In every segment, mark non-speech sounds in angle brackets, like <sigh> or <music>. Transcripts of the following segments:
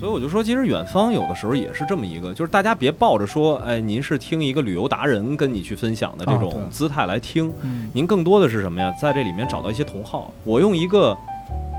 所以我就说，其实远方有的时候也是这么一个，就是大家别抱着说，哎，您是听一个旅游达人跟你去分享的这啊种对姿态来听，嗯您更多的是什么呀？在这里面找到一些同好，我用一个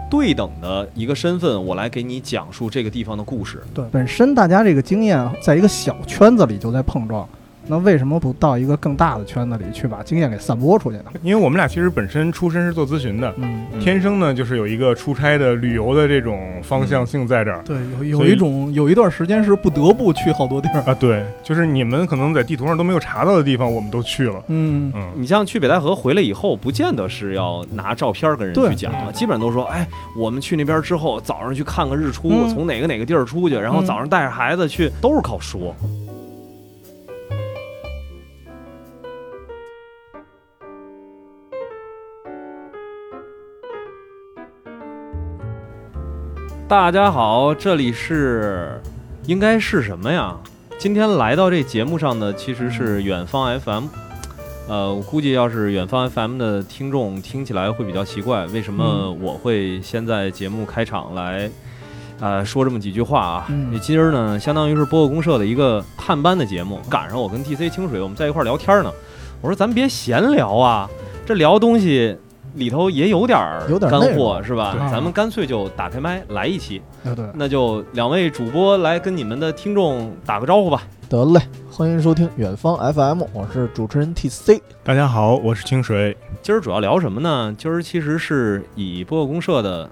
对等的一个身份，我来给你讲述这个地方的故事。对，本身大家这个经验在一个小圈子里就在碰撞，那为什么不到一个更大的圈子里去把经验给散播出去呢？因为我们俩其实本身出身是做咨询的，嗯，嗯天生呢就是有一个出差的、旅游的这种方向性在这儿。对，有有所以一种有一段时间是不得不去好多地儿。啊，对，就是你们可能在地图上都没有查到的地方，我们都去了。嗯，嗯，你像去北戴河回来以后，不见得是要拿照片跟人对去讲啊，基本上都说，哎，我们去那边之后，早上去看个日出，嗯我从哪个哪个地儿出去，然后嗯早上带着孩子去，都是靠说。大家好，这里是应该是什么呀？今天来到这节目上的其实是远方 FM，呃，我估计要是远方 FM 的听众听起来会比较奇怪，为什么嗯我会先在节目开场来，呃，说这么几句话啊？嗯因为今儿呢，相当于是播客公社的一个探班的节目，赶上我跟 TC 清水我们在一块儿聊天呢。我说咱别闲聊啊，这聊东西里头也有点儿有点干内货容是吧对？咱们干脆就打开麦来一期。对对，那就两位主播来跟你们的听众打个招呼吧。得嘞，欢迎收听远方 FM，我是主持人 TC。大家好，我是清水。今儿主要聊什么呢？今儿其实是以播客公社的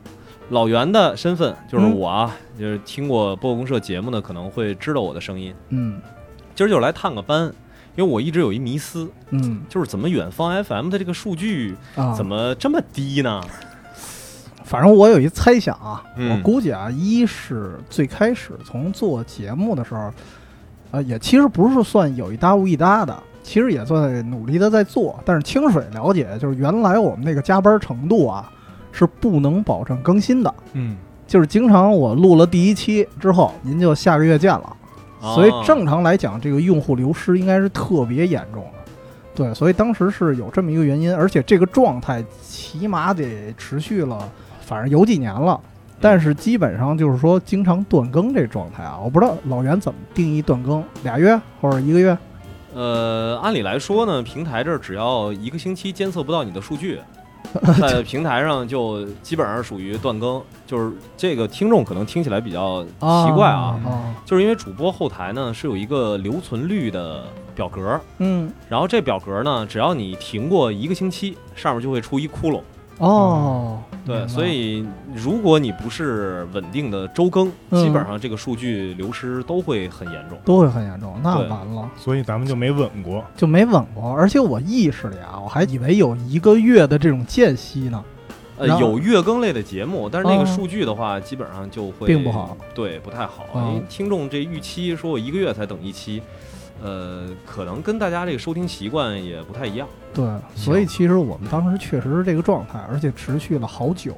老袁的身份，就是我啊，嗯就是听过播客公社节目的可能会知道我的声音。嗯今儿就是来探个班，因为我一直有一迷思，嗯就是怎么远方 FM 的这个数据啊，怎么这么低呢？反正我有一猜想啊，嗯我估计啊，一是最开始从做节目的时候，呃，也其实不是算有一搭无一搭的，其实也在努力的在做。但是清水了解，就是原来我们那个加班程度啊，是不能保证更新的。嗯，就是经常我录了第一期之后，您就下个月见了，啊所以正常来讲，这个用户流失应该是特别严重的。对，所以当时是有这么一个原因，而且这个状态起码得持续了，反正有几年了。嗯但是基本上就是说经常断更这状态啊，我不知道老袁怎么定义断更，俩月或者一个月呃，按理来说呢，平台这儿只要一个星期监测不到你的数 <laughs> 据，在平台上就基本上属于断更。就是这个听众可能听起来比较奇怪啊，啊，就是因为主播后台呢是有一个留存率的表格，嗯，然后这表格呢，只要你停过一个星期，上面就会出一窟窿。哦，明嗯对，白所以如果你不是稳定的周更，嗯基本上这个数据流失都会很严重。都会很严重，那对完了。所以咱们就没稳过。就没稳过，而且我意识里啊，我还以为有一个月的这种间隙呢。呃然，后有月更类的节目，但是那个哦数据的话，基本上就会并不好，对，不太好。哦因为听众这预期说我一个月才等一期，呃，可能跟大家这个收听习惯也不太一样。对，所以其实我们当时确实是这个状态，而且持续了好久，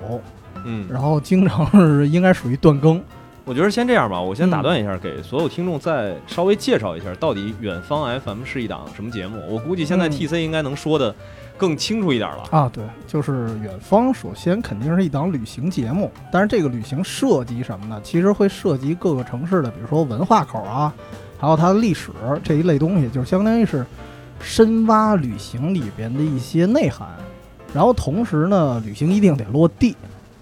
嗯，然后经常是应该属于断更。我觉得先这样吧，我嗯先打断一下，给所有听众再稍微介绍一下，到底远方 FM 是一档什么节目？我估计现在嗯 TC 应该能说的更清楚一点了。啊，对，就是远方，首先肯定是一档旅行节目，但是这个旅行涉及什么呢？其实会涉及各个城市的，比如说文化口啊，还有它的历史这一类东西，就是相当于是深挖旅行里边的一些内涵。然后同时呢，旅行一定得落地，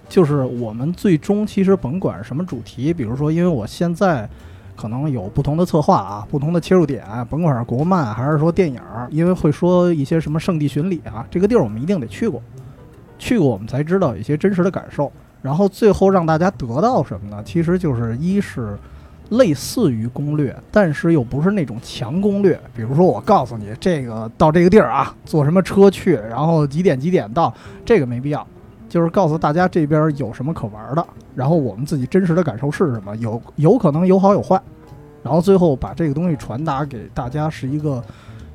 就是我们最终其实甭管什么主题，比如说，因为我现在可能有不同的策划啊，不同的切入点，甭管是国漫还是说电影儿，因为会说一些什么圣地巡礼啊，这个地儿我们一定得去过，去过我们才知道一些真实的感受。然后最后让大家得到什么呢？其实就是一是类似于攻略，但是又不是那种强攻略。比如说我告诉你这个到这个地儿啊，坐什么车去，然后几点几点到，这个没必要。就是告诉大家这边有什么可玩的，然后我们自己真实的感受是什么，有有可能有好有坏，然后最后把这个东西传达给大家是一个，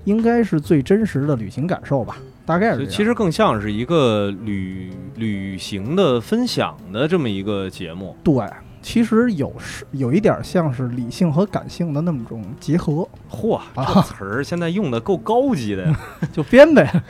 应该是最真实的旅行感受吧，大概是所这以样。其实更像是一个旅旅行的分享的这么一个节目。对，其实有是有一点像是理性和感性的那么种结合，嚯，啊 <laughs> 这词儿现在用的够高级的呀！就编呗。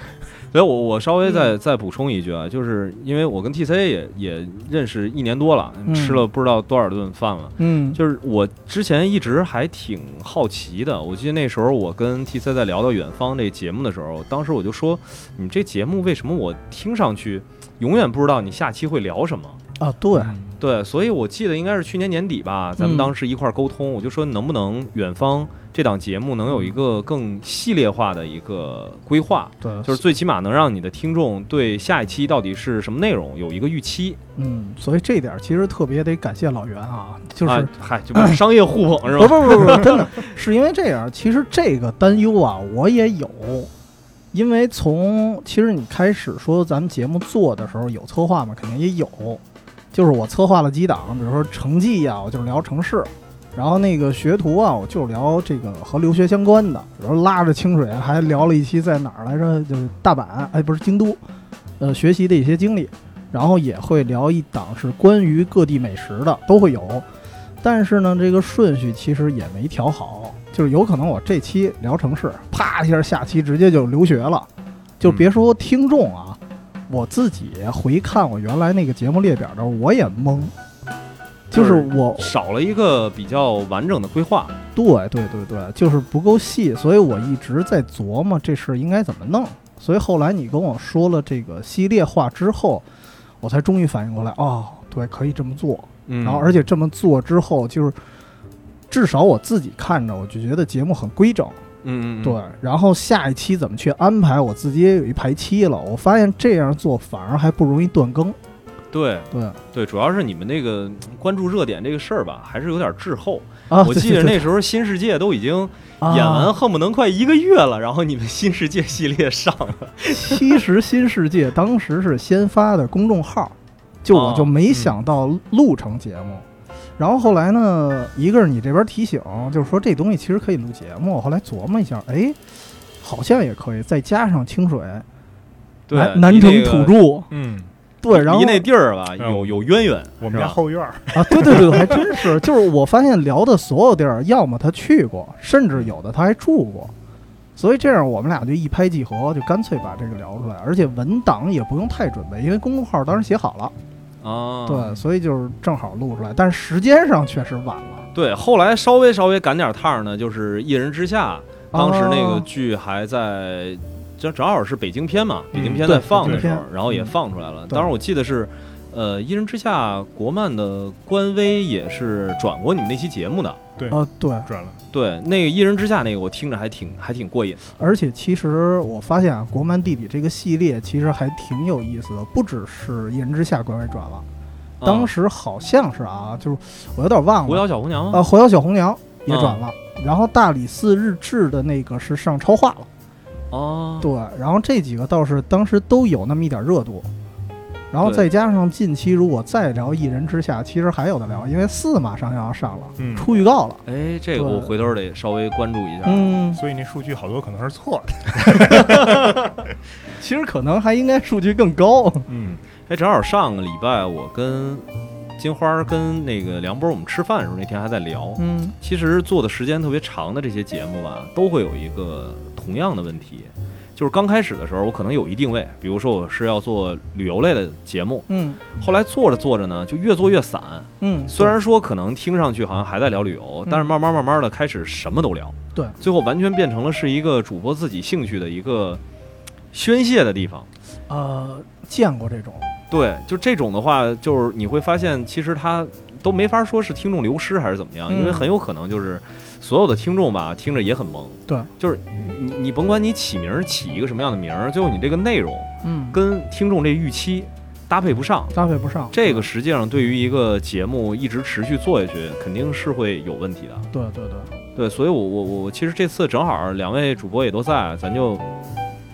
所以我我稍微嗯再再补充一句啊，就是因为我跟 TC 也也认识一年多了，嗯吃了不知道多少顿饭了。嗯，就是我之前一直还挺好奇的，我记得那时候我跟 TC 在聊到《远方》这节目的时候，当时我就说，你们这节目为什么我听上去永远不知道你下期会聊什么？啊，对，对，所以我记得应该是去年年底吧，咱们嗯当时一块儿沟通，我就说能不能《远方》这档节目能有一嗯个更系列化的一个规划，对，就是最起码能让你的听众对下一期到底是什么内容有一个预期。嗯，所以这点儿其实特别得感谢老袁啊，就是、啊，嗨，就不是商业互 <laughs> 捧是不吧？是不是不是不是真的是因为这样。其实这个担忧啊，我也有，因为从其实你开始说咱们节目做的时候有策划嘛，肯定也有，就是我策划了几档，比如说成绩呀、我就是聊城市。然后那个学徒啊，我就是聊这个和留学相关的，比如拉着清水还聊了一期在哪儿来着，就是大阪，哎，不是京都，呃，学习的一些经历，然后也会聊一档是关于各地美食的，都会有。但是呢，这个顺序其实也没调好，就是有可能我这期聊城市，啪一下下期直接就留学了，就别说听众啊，我自己回看我原来那个节目列表的时候，我也懵，就是我少了一个比较完整的规划。对对对对，就是不够细，所以我一直在琢磨这事儿应该怎么弄。所以后来你跟我说了这个系列化之后，我才终于反应过来，哦，对，可以这么做。嗯，然后而且这么做之后，就是至少我自己看着，我就觉得节目很规整。嗯，嗯嗯对，然后下一期怎么去安排，我自己也有一排期了。我发现这样做反而还不容易断更。对对对，主要是你们那个嗯关注热点这个事儿吧，还是有点滞后。啊，我记得那时候《新世界》都已经演完，恨不能快一个月啊了，然后你们《新世界》系列上 <laughs> 了。其实新世界当时是先发的公众号，就哦我就没想到录成节目。然后后来呢，一个是你这边提醒，就是说这东西其实可以录节目。我后来琢磨一下，哎，好像也可以，再加上清水，对，南南城土著，著，嗯，对，然后离那地儿吧嗯有有渊源。我是们吧家后院儿，啊，对对对，还真是，就是我发现聊的所有地儿，要么他去过，甚至有的他还住过，所以这样我们俩就一拍即合，就干脆把这个聊出来，而且文档也不用太准备，因为公众号当时写好了，啊，对，所以就是正好录出来，但是时间上确实晚了。对，后来稍微稍微赶点趟儿呢，就是《一人之下》，当时那个哦剧还在，正正好是北京片嘛，北京片嗯对在放的时北京候片，嗯然后也放出来了。对当时我记得是，呃，《一人之下》国漫的官微也是转过你们那期节目的。啊，对，转了，对，那个《一人之下》那个我听着还挺还挺过瘾。而且其实我发现啊，国漫地理这个系列其实还挺有意思的，不只是一人之下官微转了，当啊时好像是啊，就是我有点忘了《狐，妖小红哦娘》啊，《吗？火妖小红娘》也嗯转了，然后大理寺日志的那个是上超话了，嗯哦，对，然后这几个倒是当时都有那么一点热度，然后对再加上近期如果再聊一人之下，其实还有的聊，因为四马上要上了，嗯，出预告了，哎，这个对我回头得稍微关注一下。嗯，所以那数据好多可能是错的，其实可能还应该数据更高，嗯，哎，正好上个礼拜我跟金花儿跟那个梁波儿我们吃饭的时候，那天还在聊。嗯其实做的时间特别长的这些节目吧，都会有一个同样的问题，就是刚开始的时候我可能有一定位，比如说我是要做旅游类的节目，嗯后来做着做着呢，就越做越散。嗯，虽然说可能听上去好像还在聊旅游嗯，但是慢慢慢慢的开始什么都聊，对，最后完全变成了是一个主播自己兴趣的一个宣泄的地方。呃见过这种，对，就这种的话，就是你会发现，其实它都没法说是听众流失还是怎么样，嗯因为很有可能就是所有的听众吧，听着也很懵。对，就是你你甭管你起名儿起一个什么样的名儿，最后你这个内容嗯，跟听众这预期搭配不上，搭配不上，这个实际上对于一个节目一直持续做下去，肯定是会有问题的。嗯对对对，对，所以我我我我其实这次正好两位主播也都在，咱就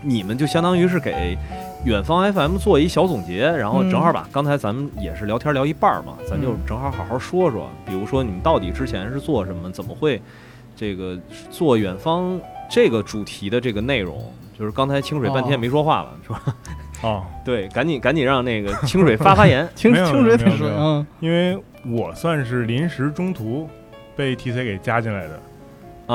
你们就相当于是给远方 FM 做一小总结，然后正好把刚才咱们也是聊天聊一半儿嘛，咱就嗯正好好好说说，比如说你们到底之前是做什么，怎么会这个做远方这个主题的这个内容。就是刚才清水半天哦。没说话了，是吧？啊， <laughs> 对，赶紧赶紧让那个清水发发言清没有清水没有得说，没有嗯因为我算是临时中途被 TC 给加进来 的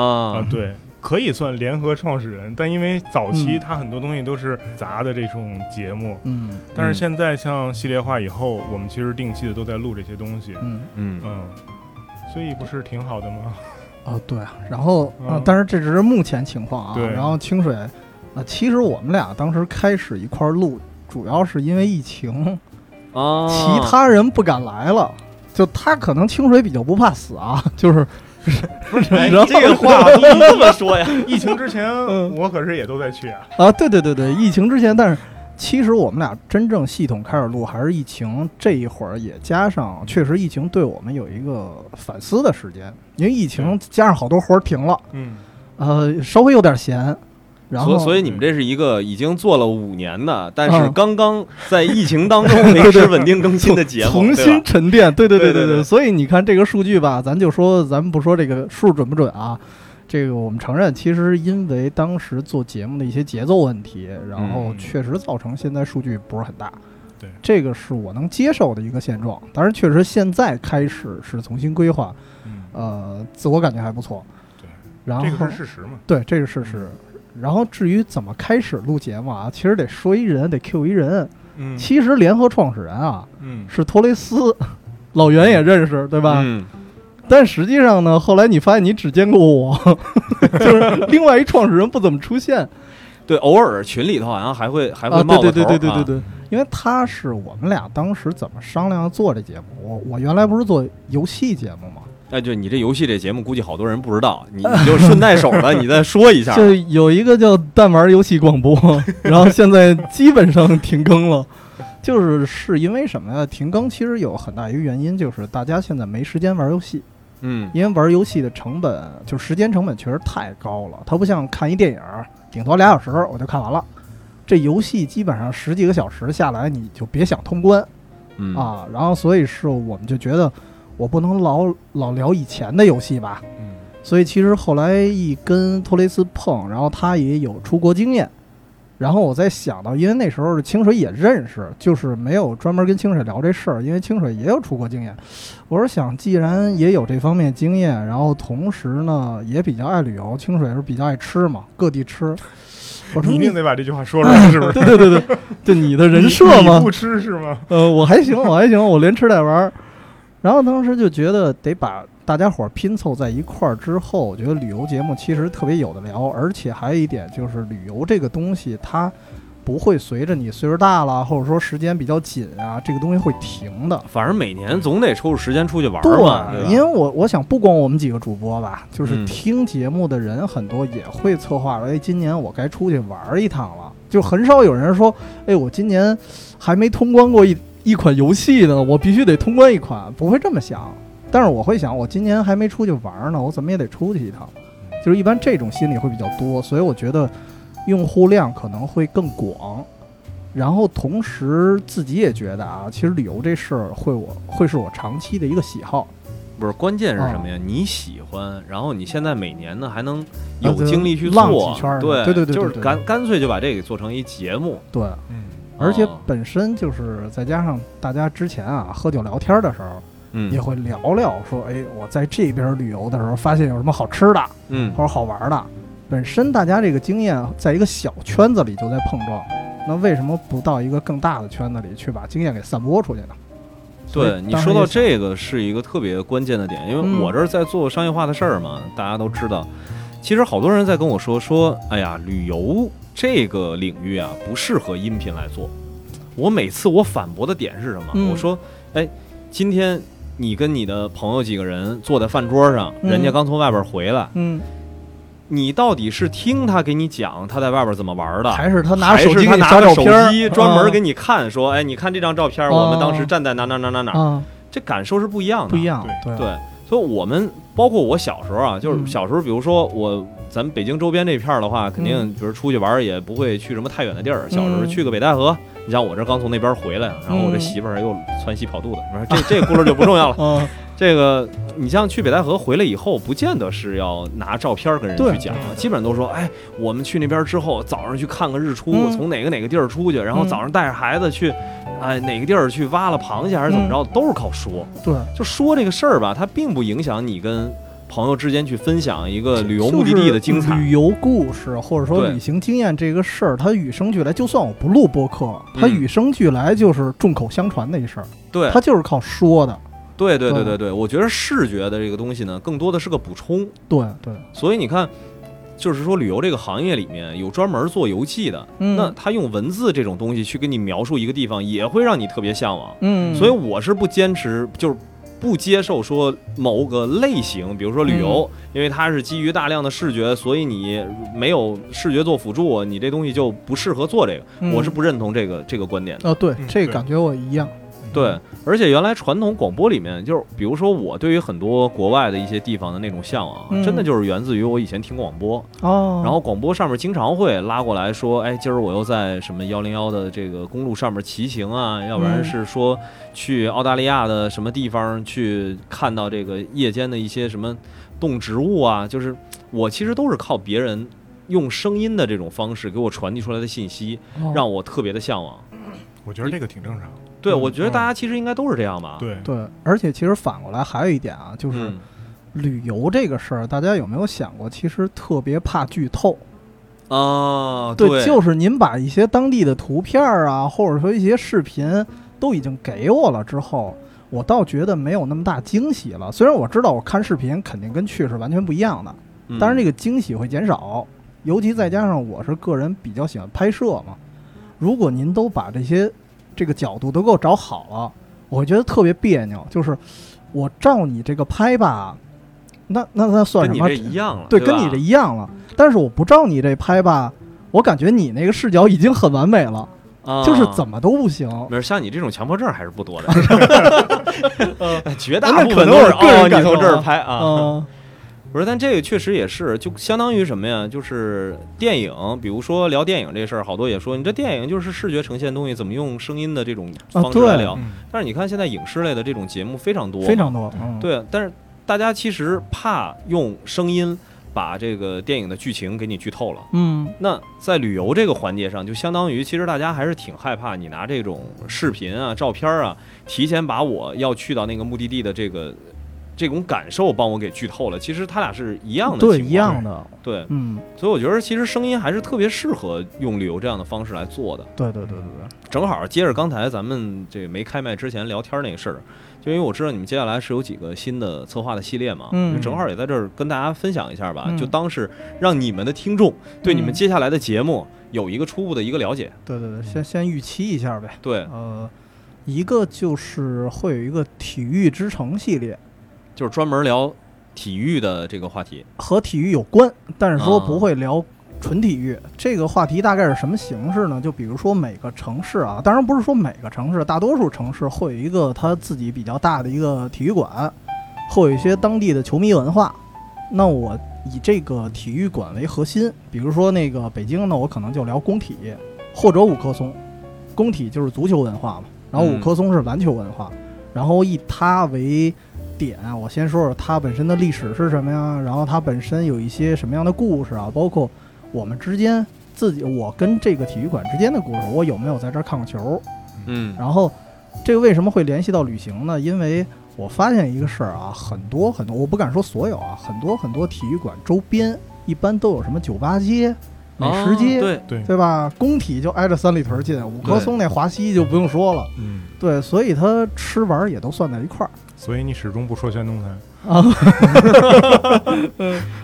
<laughs> 啊啊，，对，可以算联合创始人，但因为早期嗯它很多东西都是杂的这种节目，嗯但是嗯现在像系列化以后，我们其实定期的都在录这些东西，嗯嗯嗯，所以不是挺好的吗？ <laughs> 哦对啊，然后嗯啊，但是这只是目前情况啊。对然后清水啊，其实我们俩当时开始一块儿录，主要是因为疫情，啊，其他人不敢来了。就他可能清水比较不怕死啊， <laughs> 就是不是哎然后这个 <laughs> 话不能这么说呀，疫情之前嗯我可是也都在去啊，啊，对对对对，疫情之前，但是其实我们俩真正系统开始录还是疫情这一会儿，也加上确实疫情对我们有一个反思的时间，因为疫情加上好多活儿停了，嗯，呃，稍微有点闲，然后嗯所所以你们这是一个已经做了五年的，但是刚刚在疫情当中维持稳定更新的节目，重对新吧沉淀，对对对对对对所以你看这个数据吧，咱就说，咱们不说这个数准不准啊，这个我们承认，其实因为当时做节目的一些节奏问题，然后嗯确实造成现在数据不是很大。对这个是我能接受的一个现状。当然，确实现在开始是重新规划，嗯呃，自我感觉还不错。对，然后这个是事嗯实嘛，对，这是事实。然后至于怎么开始录节目啊，其实得说一人，得 Q 一人。嗯其实联合创始人啊，嗯是托雷斯，老袁也认识，对吧？嗯，但实际上呢，后来你发现你只见过我， <laughs> 就是另外一创始人不怎么出现对，偶尔群里头好像还会还啊。会对冒对个对头对儿对对啊对，因为他是我们俩当时怎么商量做这节目。我我原来不是做游戏节目嘛，哎，对你这游戏这节目，估计好多人不知道，你你就顺带手 <laughs> 的，你再说一下。就有一个叫“弹丸游戏广播”， <laughs> 然后现在基本上停更了。就是是因为什么呀？停更其实有很大一个原因，就是大家现在没时间玩游戏。嗯因为玩游戏的成本就时间成本确实太高了，它不像看一电影儿，顶多俩小时我就看完了。这游戏基本上十几个小时下来，你就别想通关嗯，啊。然后，所以是我们就觉得，我不能老老聊以前的游戏吧。嗯所以其实后来一跟托雷斯碰，然后他也有出国经验，然后我在想到，因为那时候清水也认识，就是没有专门跟清水聊这事儿，因为清水也有出国经验。我是想，既然也有这方面经验，然后同时呢也比较爱旅游，清水是比较爱吃嘛，各地吃。我说你一你定得把这句话说出来，是不 <laughs> 是？对对对 <laughs> 对，就你的人设你嘛你，不吃是吗？ <laughs> 呃，我还行，我还行，我连吃带玩儿。然后当时就觉得得把大家伙儿拼凑在一块儿之后，我觉得旅游节目其实特别有的聊，而且还有一点就是旅游这个东西，它不会随着你岁数大了，或者说时间比较紧啊，这个东西会停的。反正每年总得抽出时间出去玩儿嘛，对对，吧因为我我想不光我们几个主播吧，就是嗯听节目的人很多也会策划了，哎，今年我该出去玩儿一趟了。就很少有人说，哎，我今年还没通关过一一款游戏呢，我必须得通关一款，不会这么想。但是我会想，我今年还没出去玩儿呢，我怎么也得出去一趟。就是一般这种心理会比较多，所以我觉得用户量可能会更广。然后同时自己也觉得啊，其实旅游这事儿会我会是我长期的一个喜好。不是关键是什么呀？你喜欢，然后你现在每年呢还能啊有对精力去浪做几圈儿，对对对对就是对对干干脆就把这个做成一节目，对，嗯而且哦本身就是再加上大家之前啊喝酒聊天的时候，也嗯会聊聊说，哎，我在这边旅游的时候发现有什么好吃的嗯或者好玩的。本身大家这个经验在一个小圈子里就在碰撞，那为什么不到一个更大的圈子里去把经验给散播出去呢？所对以你当时说到也这个是一个特别关键的点，因为嗯我这儿在做商业化的事儿嘛，大家都知道。其实好多人在跟我说说，哎呀，旅游这个领域啊不适合音频来做。我每次我反驳的点是什么？嗯我说，哎，今天你跟你的朋友几个人坐在饭桌上，嗯人家刚从外边回来，嗯，你到底是听他给你讲他在外边怎么玩的，还是他拿啊还手是机他给你拿发着照手片儿，啊嗯机专门给你看，说，哎，你看这张照片，我们当时哦站在哪哪哪哪哪啊，啊这感受是不一样的，不一。样，对对，啊所以我们包括我小时候啊，就是嗯小时候，比如说我咱们北京周边这片儿的话，肯定嗯比如出去玩儿也不会去什么太远的地儿。小时候嗯去个北戴河，你像我这刚从那边回来，然后我这嗯媳妇儿又窜稀跑肚子，我说这 <laughs> 这个轱辘就不重要了。嗯，这个你像去北戴河回来以后，不见得是要拿照片儿跟人对去讲嗯，基本上都说，哎，我们去那边之后，早上去看个日出，嗯我从哪个哪个地儿出去，然后嗯早上带着孩子去，哎，哪个地儿去嗯挖了螃蟹还是怎么着，都是靠说。对，就说这个事儿吧，它并不影响你跟朋友之间去分享一个旅游就是目的地的精彩。旅游故事或者说对旅行经验这个事儿，它与生俱来。就算我不录播客，嗯它与生俱来就是众口相传的一事儿，对嗯它嗯就是靠说的。对对对对对，我觉得视觉的这个东西呢，更多的是个补充。对对，所以你看，就是说旅游这个行业里面有专门做游记的，嗯那他用文字这种东西去给你描述一个地方，也会让你特别向往。嗯，所以我是不坚持，就是不接受说某个类型，比如说旅游，嗯因为它是基于大量的视觉，所以你没有视觉做辅助，你这东西就不适合做这个。嗯我是不认同这个这个观点的。啊，对嗯，这对感觉我一样。嗯对，而且原来传统广播里面，就是比如说我对于很多国外的一些地方的那种向往啊，嗯真的就是源自于我以前听广播，哦，然后广播上面经常会拉过来说，哎，今儿我又在什么幺零幺的这个公路上面骑行啊，要不然嗯是说去澳大利亚的什么地方去看到这个夜间的一些什么动植物啊，就是我其实都是靠别人用声音的这种方式给我传递出来的信息，哦让我特别的向往。我觉得这个挺正常。对，嗯我觉得大家其实应该都是这样吧。，对，啊对，而且其实反过来还有一点啊，就是嗯旅游这个事儿，大家有没有想过，其实特别怕剧透。啊，就是您把一些当地的图片儿啊，或者说一些视频都已经给我了之后，我倒觉得没有那么大惊喜了。虽然我知道我看视频肯定跟去是完全不一样的，当然这个个惊喜会减少，尤其再加上我是个人比较喜欢拍摄嘛。如果您都把这些这个角度都给我找好了，我觉得特别别扭。就是我照你这个拍吧，那那那算跟什你么？这一样了，对，对，跟你这。一样了。但是我不照你这拍吧，我感觉你那个视角已经很完美了，啊就是怎么都不行。没事，像你这种强迫症还是不多 <laughs> 的，绝那大部可分能都我是个人哦，你感从受这儿啊拍啊，嗯不是，但这个确实也是，就相当于什么呀？就是电影，比如说聊电影这事儿，好多也说你这电影就是视觉呈现东西，怎么用声音的这种方式啊对来聊。嗯但是你看现在影视类的这种节目非常多，非常多。嗯，对，但是大家其实怕用声音把这个电影的剧情给你剧透了。嗯，那在旅游这个环节上，就相当于其实大家还是挺害怕你拿这种视频啊、照片啊，提前把我要去到那个目的地的这个这种感受帮我给剧透了。其实它俩是一样的情嗯对，况，一样的。对。嗯，所以我觉得其实声音还是特别适合用旅游这样的方式来做的。对对对对对，正好接着刚才咱们这没开麦之前聊天那个事儿，就因为我知道你们接下来是有几个新的策划的系列嘛，嗯就正好也在这儿跟大家分享一下吧，嗯就当是让你们的听众对你们嗯接下来的节目有一个初步的一个了解。对对对，先先预期一下呗。对，呃，一个就是会有一个体育之城系列，就是专门聊体育的这个话题。和体育有关，但是说啊不会聊纯体育。这个话题大概是什么形式呢？就比如说每个城市啊，当然不是说每个城市，大多数城市会有一个它自己比较大的一个体育馆，会有一些当地的球迷文化。那我以这个体育馆为核心，比如说那个北京呢，我可能就聊工体或者五棵松。工体就是足球文化嘛，然后五嗯棵松是篮球文化，然后以它为点，啊我先说说它本身的历史是什么呀，然后它本身有一些什么样的故事啊，包括我们之间自己，我跟这个体育馆之间的故事，我有没有在这儿看过球？嗯然后这个为什么会联系到旅行呢？因为我发现一个事儿啊，很多很多，我不敢说所有啊，很多很多体育馆周边一般都有什么酒吧嗯街、美食街，哦对，对吧？工体就挨着三里屯近，五棵松那华西就不用说了。嗯，对，所以它吃玩儿也都算在一块儿所以你始终不说山东菜，啊。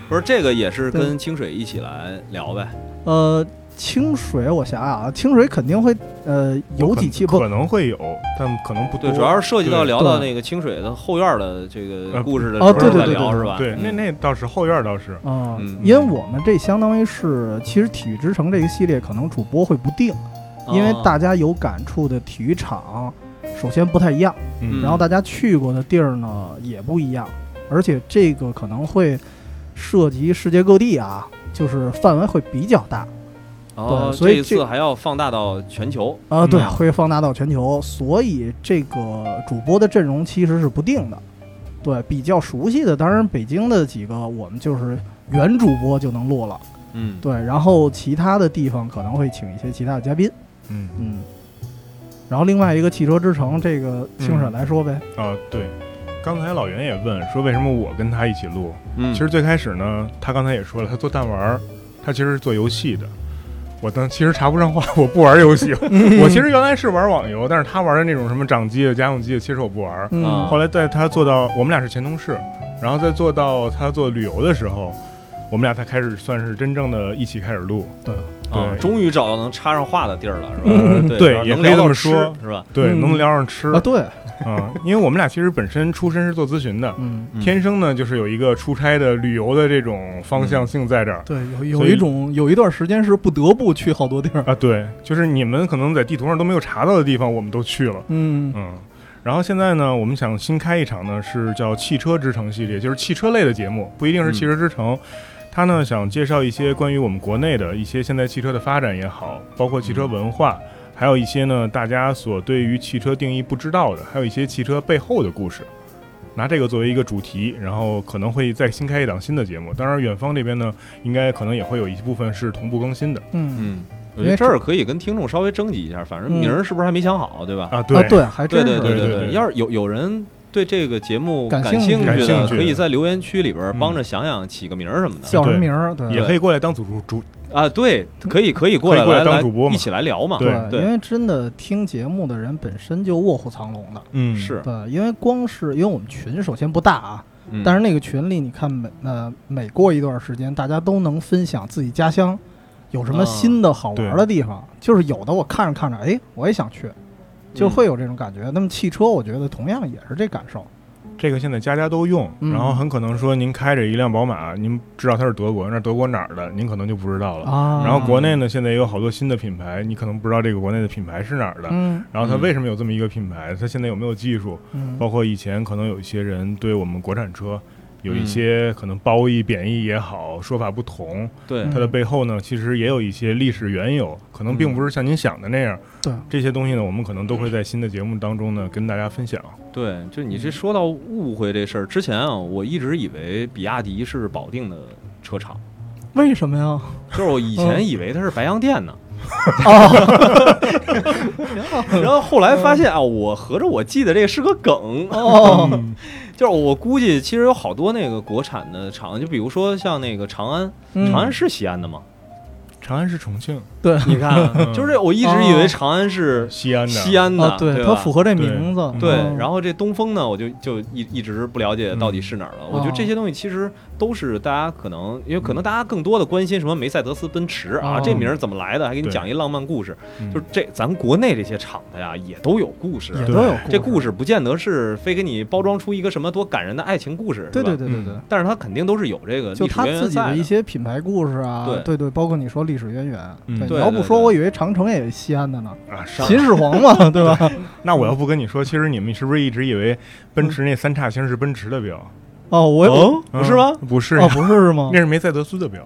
不是这个也是对跟清水一起来聊呗。 <laughs> 呃，清水，我想想啊，清水肯定会呃有可几期不可能会有，但可能不多。对，主要是涉及到对聊到哦对那个清水的后院的这个呃故事的哦时候对对再对对聊对是吧？对，那嗯那倒是后院倒是，啊、嗯因为我们这相当于是其实体育之城这个系列可能主播会不定，因为哦大家有感触的体育场首先不太一样，嗯然后大家去过的地儿呢也不一样，而且这个可能会涉及世界各地啊，就是范围会比较大。哦，对所以这一这次还要放大到全球。啊，对，嗯会放大到全球，所以这个主播的阵容其实是不定的。对，比较熟悉的，当然北京的几个，我们就是原主播就能录了。嗯，对，然后其他的地方可能会请一些其他的嘉宾。嗯嗯，然后另外一个汽车之城，这个清水来说呗。啊对，刚才老袁也问说，为什么我跟他一起录？嗯，其实最开始呢，他刚才也说了，他做弹丸儿，他其实是做游戏的。我当其实插不上话，我不玩游戏。 <laughs> 我其实原来是玩网游，但是他玩的那种什么掌机、家用机，其实我不玩。啊嗯后来在他做到我们俩是前同事，然后再做到他做旅游的时候，我们俩才开始算是真正的一起开始录。啊，对终于找到能插上话的地儿了，是吧？嗯对，对然后也能可以聊这到么吃说是吧？对，嗯能聊上吃啊，对， <laughs> 啊，因为我们俩其实本身出身是做咨询的，嗯，嗯天生呢就是有一个出差的、旅游的这种方向性在这儿。对，有有所以一种有一段时间是不得不去好多地儿。啊，对，就是你们可能在地图上都没有查到的地方，我们都去了。嗯嗯，然后现在呢，我们想新开一场呢，是叫汽车之城系列，就是汽车类的节目，不一定是汽车之城。它呢想介绍一些关于我们国内的一些现在汽车的发展也好，包括汽车文化，还有一些呢大家所对于汽车定义不知道的，还有一些汽车背后的故事。拿这个作为一个主题，然后可能会再新开一档新的节目。当然，远方这边呢，应该可能也会有一部分是同步更新的嗯嗯，我觉得这儿可以跟听众稍微征集一下，反正名儿是不是还没想好，对吧？嗯啊。啊，对，还对真是对对对，对要是有有人对这个节目感感兴趣趣感的，兴趣可以在留言区里边嗯帮着想想起个名儿什么的叫什么名儿？对也可以过来当主主主啊。对，可以可以过来可以过来来当来主播嘛一起来聊嘛。对对因为真的听节目的人本身就卧虎藏龙的。嗯是，对，因为光是因为我们群首先不大啊，嗯但是是那个群里，你看每呃每过一段时间，大家都能分享自己家乡有什么啊新的好玩的地方。就是有的我看着看着，哎，我也想去，嗯就会有这种感觉。那么汽车，我觉得同样也是这感受。这个现在家家都用，嗯然后很可能说您开着一辆宝马，您知道它是德国，那德国哪儿的您可能就不知道了。啊然后国内呢，现在也有好多新的品牌，你可能不知道这个国内的品牌是哪儿的。嗯然后它为什么有这么一个品牌？它现在有没有技术？嗯哦包括以前可能有一些人对我们国产车有一些嗯可能褒义、贬义也好，说法不同。对它的背后呢，其实也有一些历史缘由，可能并不是像您想的那样。对这些东西呢，我们可能都会在新的节目当中呢跟大家分享。对，就你这说到误会这事儿之前啊，我一直以为比亚迪是保定的车厂，为什么呀？就是我以嗯前以为它是白洋淀呢。哦 <laughs> 然后后来发现啊，我合着我记得这是个梗，哦， <laughs> 就是我估计其实有好多那个国产的厂，就比如说像那个长安，嗯长安是西安的吗？长安是重庆、你看， <laughs> 嗯 <laughs> 就是这我一直以为长安是啊西安的西安的啊，，对，它吧符合这对名字。对哦嗯，然后这东风呢，我就就一一直不了解到底是哪儿了。我觉得嗯这些东西其实都是大家可能，因为可能大家更多的关心什么梅赛德斯奔驰啊，哦这名儿怎么来的，还给你对讲一浪漫故事。嗯就是这咱国内这些厂子呀，也都有故事。也对都有这故事不见得是非给你包装出一个什么多感人的爱情故事，对是吧对对对对，但是它肯定都是有这个就历史他渊自源己在的一些品牌故事啊，对对对，包括你说历史渊源，嗯对，对你要对不说，对我以为长城也是西安的呢，啊，是。秦始皇 <laughs> 嘛，对吧？那我要不跟你说，其实你们是不是一直以为奔驰那三叉星是奔驰的标？哦，我哦，嗯嗯不是吗？不是哦，，不是是吗那？是梅赛德斯的标，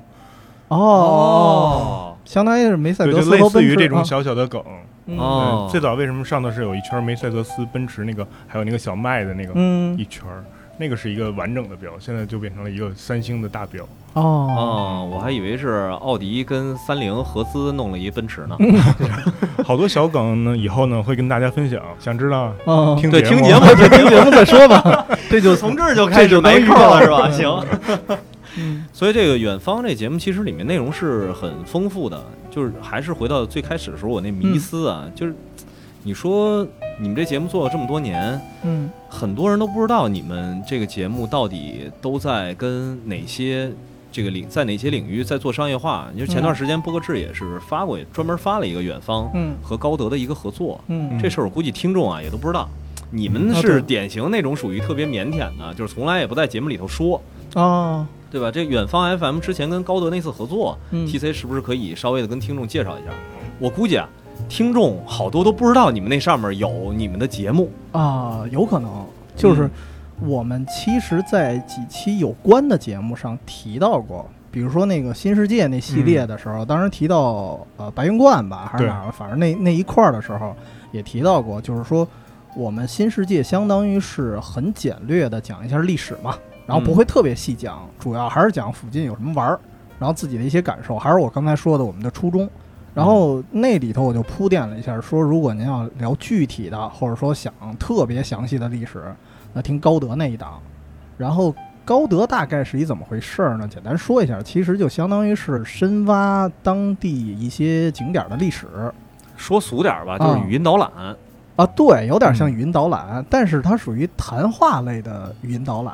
哦，，相当于是梅赛对，德就斯类和似奔驰于这种啊小小的梗。嗯哦嗯最早为什么上头是有一圈梅赛德斯、奔驰那个，还有那个小麦的那个嗯一圈儿，那个是一个完整的标，现在就变成了一个三星的大标。哦，哦，我还以为是奥迪跟三菱合资弄了一奔驰呢。好多小梗呢，以后呢会跟大家分享，想知道哦听对，节听节 <laughs> 目，对听节目再说吧。这就从这儿就开始埋坑了，是吧？行。嗯 <laughs> 所以这个远方这节目其实里面内容是很丰富的，就是还是回到最开始的时候我那迷思啊，就是你说你们这节目做了这么多年，嗯，很多人都不知道你们这个节目到底都在跟哪些。这个领在哪些领域在做商业化？你就前段时间波克志也是发过，专门发了一个远方嗯和高德的一个合作，嗯，这事儿我估计听众啊也都不知道。你们啊是对典型那种属于特别腼腆的，就是从来也不在节目里头说，嗯哦，对吧？这远方 FM 之前跟高德那次合作嗯，TC 是不是可以稍微的跟听众介绍一下？我估计啊，听众好多都不知道你们那上面有你们的节目。啊，有可能就是嗯我们其实，在几期有关的节目上提到过，比如说那个新世界那系列的时候，嗯当时提到呃白云观吧，还是对哪儿，反正那那一块儿的时候也提到过，就是说我们新世界相当于是很简略的讲一下历史嘛，然后不嗯会特别细讲，主要还是讲附近有什么玩儿，然后自己的一些感受，还是我刚才说的我们的初衷。然后那里头我就铺垫了一下，说如果您要聊具体的，或者说想特别详细的历史，那呃，听高德那一档。然后高德大概是一怎么回事儿呢？简单说一下，其实就相当于是深挖当地一些景点儿的历史说俗点儿吧，就是啊语音导览。啊，对，有点像嗯语音导览，但是它属于谈话类的语音导览，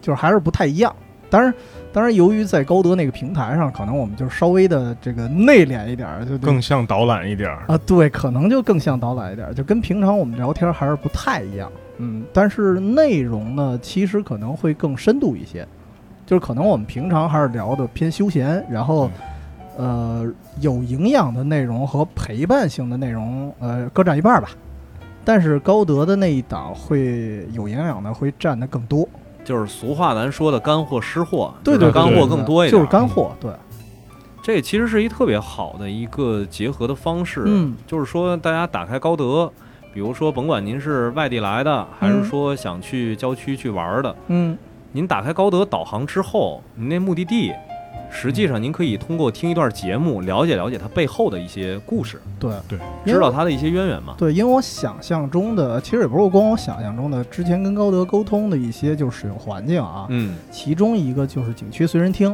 就是还是不太一样。当然，当然，由于在高德那个平台上，可能我们就稍微的这个内敛一点儿，就就更像导览一点儿。啊，对，可能就更像导览一点儿，就跟平常我们聊天还是不太一样。嗯，但是内容呢，其实可能会更深度一些，就是可能我们平常还是聊的偏休闲，然后，呃，有营养的内容和陪伴性的内容，呃，各占一半儿吧。但是高德的那一档会有营养的会占的更多，就是俗话咱说的干货湿货，对就是对，干对货对更多一就点。是干货，嗯对，这其实是一特别好的一个结合的方式。嗯就是说大家打开高德，比如说甭管您是外地来的，还是嗯说想去郊区去玩儿的，嗯，您打开高德导航之后，您那目的地，实际嗯上您可以通过听一段节目了解了解它背后的一些故事，对对，因知为道它的一些渊源嘛。对，因为我想象中的，其实也不是光我想象中的，之前跟高德沟通的一些就是使用环境啊，嗯，其中一个就是景区随身听，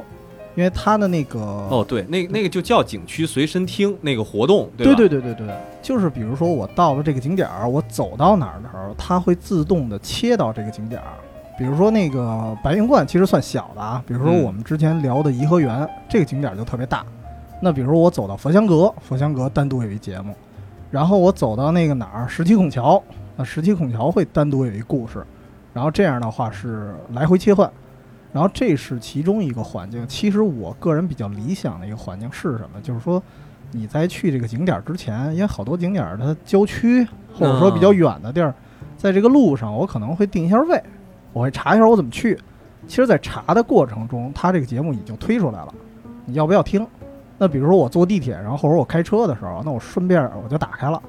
因为它的那个哦，对，那那个就叫景区随身听那个活动，对对吧？对对对对，就是比如说我到了这个景点儿，我走到哪儿的时候，它会自动的切到这个景点儿。比如说那个白云观其实算小的啊，比如说嗯我们之前聊的颐和园、这个景点儿就特别大。那比如说我走到佛香阁，佛香阁单独有一节目，然后我走到那个哪儿十七孔桥，那十七孔桥会单独有一故事，然后这样的话是来回切换。然后这是其中一个环境，其实我个人比较理想的一个环境是什么？就是说，你在去这个景点儿之前，因为好多景点儿它郊区或者说比较远的地儿，在这个路上，我可能会定一下位，我会查一下我怎么去。其实，在查的过程中，它这个节目已经推出来了，你要不要听？那比如说我坐地铁，然后或者我开车的时候，那我顺便我就打开了。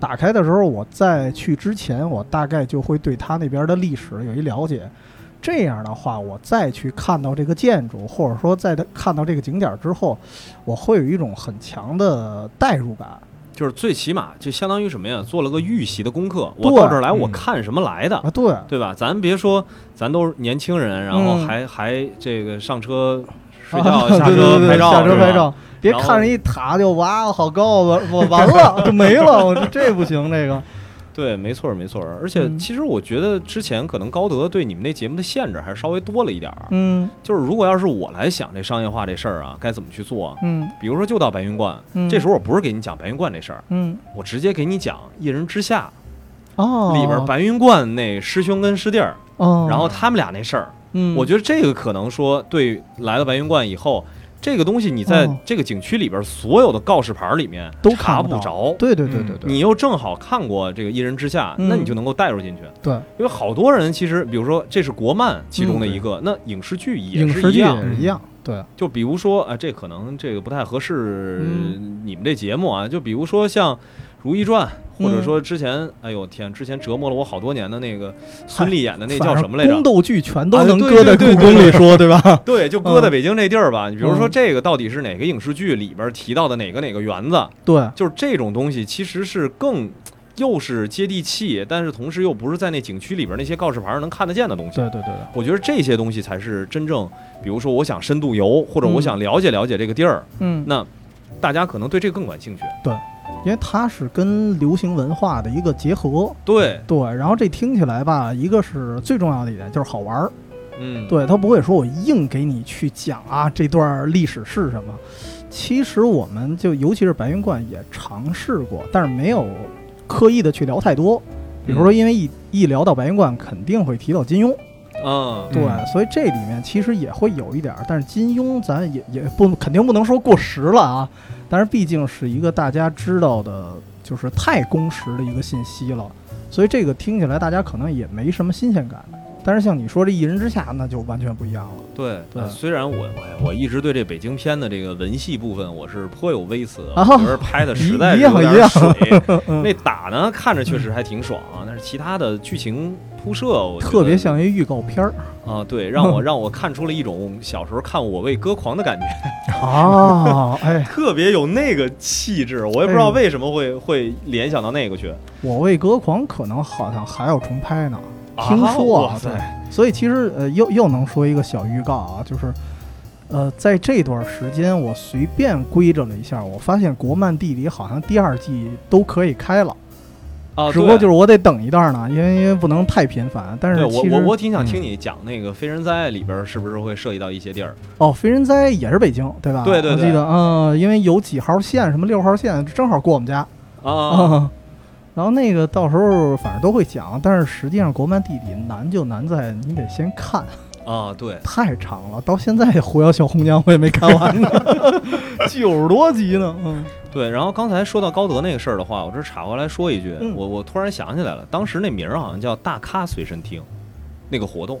打开的时候，我在去之前，我大概就会对它那边的历史有一了解。这样的话，我再去看到这个建筑，或者说在它看到这个景点儿之后，我会有一种很强的代入感。就是最起码就相当于什么呀？做了个预习的功课，我对到这儿来，我嗯看什么来的？啊，对，对吧？咱别说，咱都是年轻人，然后嗯还、还这个上 <laughs> 车睡觉、啊下对对车对拍对照，下车是吧拍。照，别然后看着一塔就哇，好高，我我完了，就没了，我这这不行，这个，对，没错儿没错儿。而且嗯其实我觉得之前可能高德对你们那节目的限制还是稍微多了一点儿。啊嗯就是如果要是我来想这商业化这事儿啊，该怎么去做？嗯比如说，就到白云观，嗯，这时候我不是给你讲白云观这事儿，嗯我直接给你讲《一人之下哦》里边白云观那师兄跟师弟儿，哦，然后他们俩那事儿。嗯，我觉得这个可能说对来了白云观以后，这个东西你在哦这个景区里边所有的告示牌里面都查看不到着。嗯对对对对对，你又正好看过这个《一人之下》，嗯那你就能够带入进去。对，因为好多人其实，比如说这是国漫其中的一个，那影视剧也嗯影是视一剧样也。是一样，对，就比如说啊，这可能这个不太合适嗯你们这节目啊。就比如说像《如懿传》，或者嗯说之前，哎呦天，之前折磨了我好多年的那个孙俪演的那反叫正什么来着？宫斗剧全都啊能对搁在对对故对宫对里说，对 <laughs> 吧？对，就搁在嗯北京这地儿吧。你比如说嗯这个到底是哪个影视剧里边提到的哪个哪个园子，对，就是这种东西其实是更又是接地气，但是同时又不是在那景区里边那些告示牌上能看得见的东西。对对对对，我觉得这些东西才是真正，比如说我想深度游，或者嗯我想了解了解这个地儿，嗯，那大家可能对这个更感兴趣。因为它是跟流行文化的一个结合，对，对，然后这听起来吧，一个是最重要的一点就是好玩儿，嗯，对他不会说我硬给你去讲啊这段历史是什么。其实我们就尤其是白云观也尝试过，但是没有刻意的去聊太多。比如说，因为一一聊到白云观，肯定会提到金庸，嗯，对，嗯所以这里面其实也会有一点儿，但是金庸咱也也不肯定不能说过时了啊，但是毕竟是一个大家知道的，就是太公时的一个信息了，所以这个听起来大家可能也没什么新鲜感。但是像你说这一人之下，那就完全不一样了。对对呃虽然我我我一直对这北京片的这个文戏部分我是颇有微词，我啊觉得拍的实在是一样有一点样水。 <laughs> 嗯那打呢，看着确实还挺爽，啊但是其他的剧情铺设，我觉得特别像一预告片儿啊，对，让我让我看出了一种小时候看《我为歌狂》的感觉， <laughs> 啊！哎，特别有那个气质。我也不知道为什么会会联想到那个去。我为歌狂可能好像还要重拍呢，啊听说哇塞对，所以其实呃，又又能说一个小预告啊，就是，呃，在这段时间我随便归着了一下，我发现国漫地理好像第二季都可以开了，啊，只不过对就是我得等一段呢，因为因为不能太频繁。但对是我其实嗯我我挺想听你讲那个《非人哉》里边是不是会涉及到一些地儿？哦，非人哉也是北京对吧？对对对我记得嗯、呃因为有几号线，什么六号线，正好过我们家啊，嗯 <laughs> 然后那个到时候反正都会讲，但是实际上国漫地理难就难在你得先看，啊，对，太长了，到现在《狐妖小红娘》我也没看完 <laughs> 呢，九十多集呢。嗯，对，然后刚才说到高德那个事儿的话，我这岔过来说一句，嗯我我突然想起来了，当时那名儿好像叫“大咖随身听”，那个活动，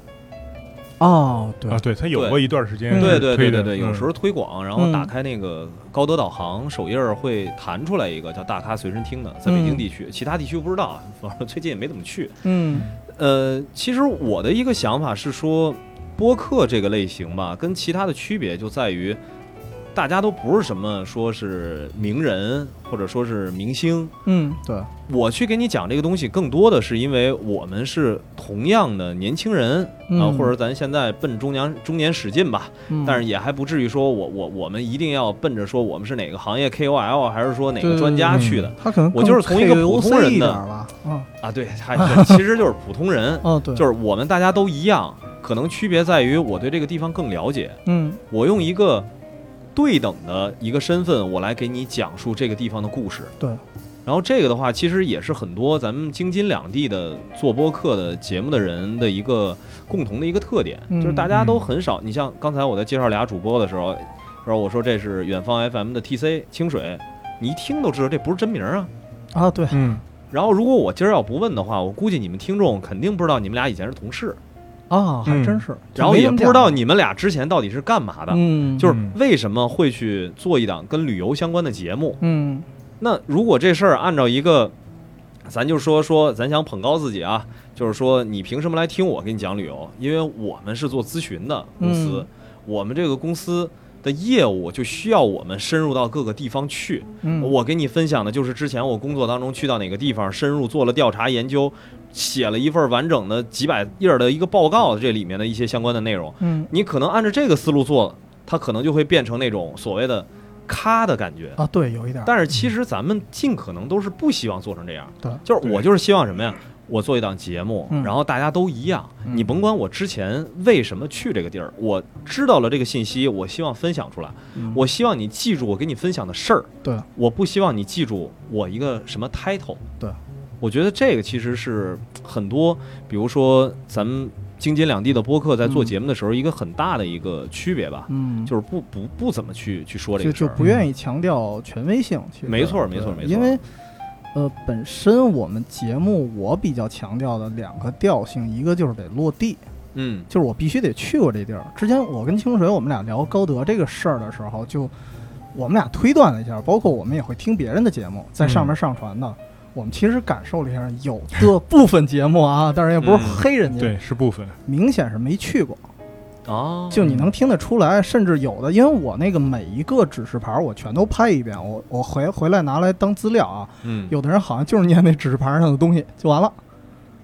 哦，对啊，对，它有过一段时间嗯是对对对推对的，对，有时嗯候推广，然后打开那个高德导航首页儿会弹出来一个叫“大咖随身听”的，在北京地区，其他地区不知道啊，反正最近也没怎么去。嗯呃，其实我的一个想法是说，播客这个类型吧，跟其他的区别就在于，大家都不是什么说是名人或者说是明星。嗯，对，我去给你讲这个东西，更多的是因为我们是同样的年轻人啊、嗯或者咱现在奔中年中年使劲吧，嗯但是也还不至于说我我我们一定要奔着说我们是哪个行业 KOL 啊还是说哪个专家去的他可能我就是从一个普通人的的吧。嗯，啊？对，他这其实就是普通 <laughs> 人，哦对，就是是我们大家都一样，可能区别在于我对这个地方更了解，嗯我用一个对等的一个身份，我来给你讲述这个地方的故事。对。然后这个的话，其实也是很多咱们京津两地的做播客的节目的人的一个共同的一个特点，嗯就是大家都很少。你像刚才我在介绍俩主播的时候，然后我说这是远方 FM 的 TC 清水，你一听都知道这不是真名啊。啊对，嗯，然后如果我今儿要不问的话，我估计你们听众肯定不知道你们俩以前是同事。啊还嗯真是，然后也不知道你你们俩之前到底是干嘛的，嗯就是为什么会去做一档跟旅游相关的节目。嗯那如果这事儿按照一个，咱就说说，咱想捧高自己啊，就是说你凭什么来听我给你讲旅游？因为我们是做咨询的公司，嗯我们这个公司。的业务就需要我们深入到各个地方去。嗯我给你分享的就是之前我工作当中去到哪个地方，深入做了调查研究，写了一份完整的几百页儿的一个报告，这里面的一些相关的内容。嗯你可能按照这个思路做，它可能就会变成那种所谓的“咖”的感觉。啊对有一点儿，但是其实咱们尽可能都是不希望做成这样，对就是我就是希望什么呀？我做一档节目嗯，然后大家都一样，嗯你甭管我之前为什么去这个地儿，我知道了这个信息，我希望分享出来，嗯我希望你记住我给你分享的事儿，对，我不希望你记住我一个什么 title，对，我觉得这个其实是很多，比如说咱们京津两地的播客在做嗯节目的时候，一个很大的一个区别吧，嗯就是不不不怎么去去说这就个事就儿，嗯不愿意强调权威性。其实没错没错对没错因为呃，本身我们节目我比较强调的两个调性，一个就是得落地，嗯就是我必须得去过这地儿。之前我跟清水我们俩聊高德这个事儿的时候，就我们俩推断了一下，包括我们也会听别人的节目，在上面上传的。我们其实感受了一下，有的部分节目啊，当然也不是嗯黑人家，对，是部分，啊明显是没去过。哦，就你能听得出来，甚至有的，因为我那个每一个指示牌儿我全都拍一遍，我我回回来拿来当资料啊。嗯，有的人好像就是念那指示牌上的东西就完了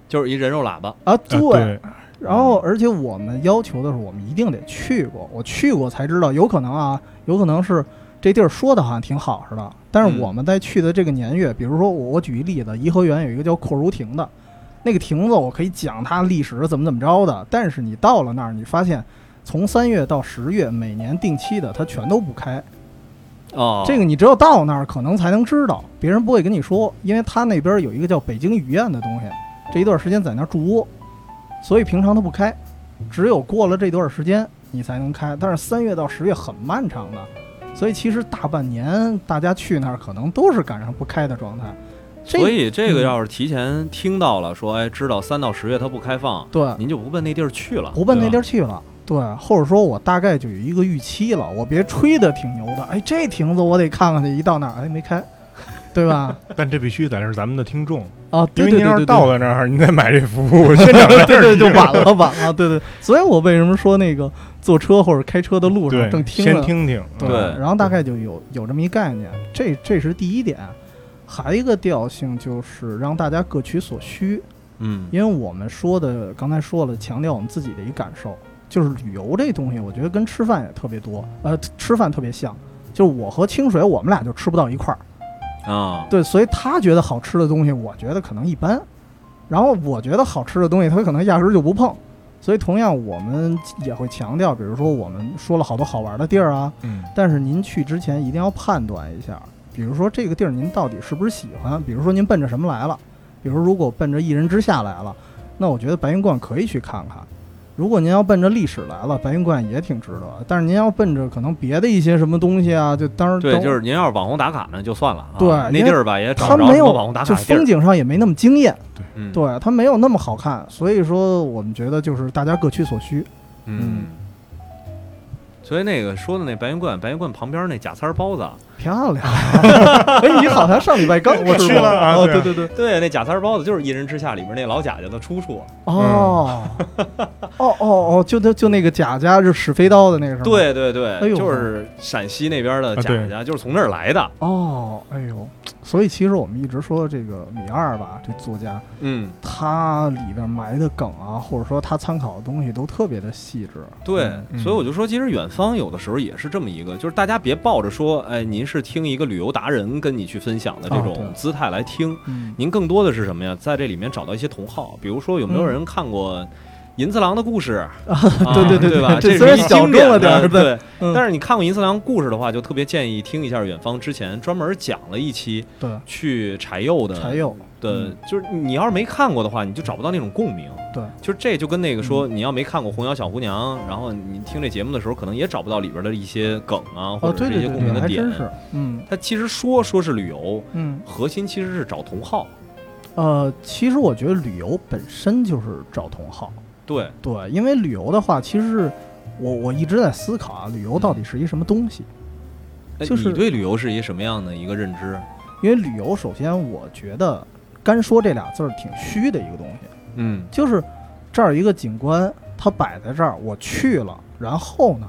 就是一人肉喇叭，啊，啊对，然后而且我们要求的是，我们一定得去过，我去过才知道，有可能啊，有可能是这地儿说的好像挺好似的，但嗯是我们在去的这个年月，比如说我我举一例子，颐和园有一个叫阔如亭的，那个亭子我可以讲它历史怎么怎么着的，但是你到了那儿，你发现。从三月到十月，每年定期的它全都不开，哦，这个你只有到那儿可能才能知道，别人不会跟你说，因为他那边有一个叫北京雨燕的东西，这一段时间在那儿驻窝，所以平常它不开，只有过了这段时间你才能开。但是三月到十月很漫长的，所以其实大半年大家去那儿可能都是赶上不开的状态。这所以这个嗯要是提前听到了，说哎，知道三到十月它不开放，对您就不奔那地儿去了。不奔那地儿去了。对，或者说我大概就有一个预期了，我别吹的挺牛的，哎，这亭子我得看看去，一到那儿哎没开，对 <laughs> 吧？但这必须得是咱们的听众，啊，因对为对您对要对对是到了那儿，您再买这服 <laughs> 务，<laughs> 现场在这对儿对，就用晚了晚了，对对。所以我为什么说那个坐车或者开车的路上对正，听先着，听听，对然后大概就有有这么一概念，这这是第一点。还有一个调性就是让大家各取所需，嗯因为我们说的刚才说了，强调我们自己的一个感受，就是旅游这东西，我觉得跟吃饭也特别多，呃，吃饭特别像。就是我和清水，我们俩就吃不到一块儿，啊，对，所以他觉得好吃的东西，我觉得可能一般，然后我觉得好吃的东西，他可能压根儿就不碰。所以同样，我们也会强调，比如说我们说了好多好玩的地儿啊，嗯但是您去之前一定要判断一下，比如说这个地儿您到底是不是喜欢，比如说您奔着什么来了，比如如果奔着一人之下来了，那我觉得白云观可以去看看。如果您要奔着历史来了，白云观也挺值得。但是您要奔着可能别的一些什么东西啊，就当然对，等就是您要是网红打卡呢，就算了啊。对那因为地儿吧也找它不着没什么有网红打卡就的地儿风。景上也没那么惊艳，嗯，对它没有那么好看。所以说，我们觉得就是大家各取所需。嗯。所以那个说的那白云观，白云观旁边那贾三儿包子，啊漂亮， <laughs> 哎，你好像上礼拜刚我吃去过了啊哦，对对啊对对，对，那贾三儿包子就是《一人之下》里边那老贾家的出处。哦，哦哦哦，就那就那个贾家就使飞刀的那个是吗？，对对对，哎呦就是陕西那边的啊贾对家，就是从那儿来的。哦，哎呦，所以其实我们一直说这个米二吧，这作家嗯，他里边埋的梗啊，或者说他参考的东西都特别的细致。对，嗯所以我就说，其实远方有的时候也是这么一个，就是大家别抱着说，哎，您是听一个旅游达人跟你去分享的这啊种对姿态来听，嗯，您更多的是什么呀？在这里面找到一些同好，比如说有没有嗯人看过《银次郎的故 <laughs> 事》啊对对对对对吧？这这虽是然一小经典众了点儿的对对。嗯但是你看过《银次郎故事》的话，就特别建议听一下远方之前专门讲了一期对，去柴柚的柴柚，的，就是你要是没看过的话，你就找不到那种共鸣。对，嗯就是这就跟那个说，你要没看过《红摇小姑娘》，然后你听这节目的时候，可能也找不到里边的一些梗啊，或哦，者对是一对些对共鸣对，的还点。真是，嗯它其实说说是旅游，嗯，核心其实是找同好。呃，其实我觉得旅游本身就是找同好。对，对，因为旅游的话，其实是我我一直在思考啊，旅游到底是一什么东西。哎就是你对旅游是一什么样的一个认知？因为旅游，首先我觉得干说这俩字儿挺虚的一个东西，嗯就是这儿一个景观，它摆在这儿，我去了，然后呢，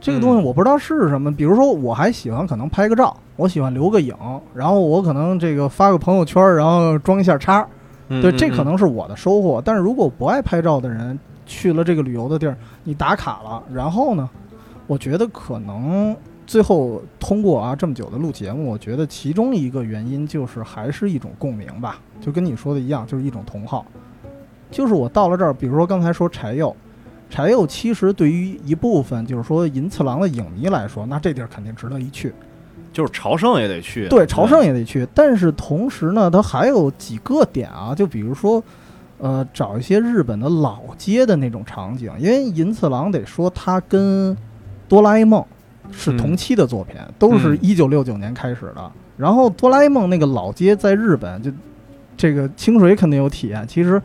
这个东西我不知道是什么。比如说，我还喜欢可能拍个照，我喜欢留个影，然后我可能这个发个朋友圈儿，然后装一下叉儿，嗯对，嗯这可嗯能是我的收获。但是如果不爱拍照的人去了这个旅游的地儿，你打卡了，然后呢，我觉得可能最后通过啊这么久的录节目，我觉得其中一个原因就是还是一种共鸣吧，就跟你说的一样，就是一种同好。就是我到了这儿，比如说刚才说柴柚，柴柚其实对于一部分就是说银次郎的影迷来说，那这地儿肯定值得一去。就是朝圣也得去。对，朝圣也得去。但是同时呢，它还有几个点啊，就比如说，呃，找一些日本的老街的那种场景，因为银次郎得说他跟哆啦 A 梦是同期的作品，都是嗯一九六九年开始的。然后哆啦 A 梦那个老街在日本就这个清水肯定有体验，其实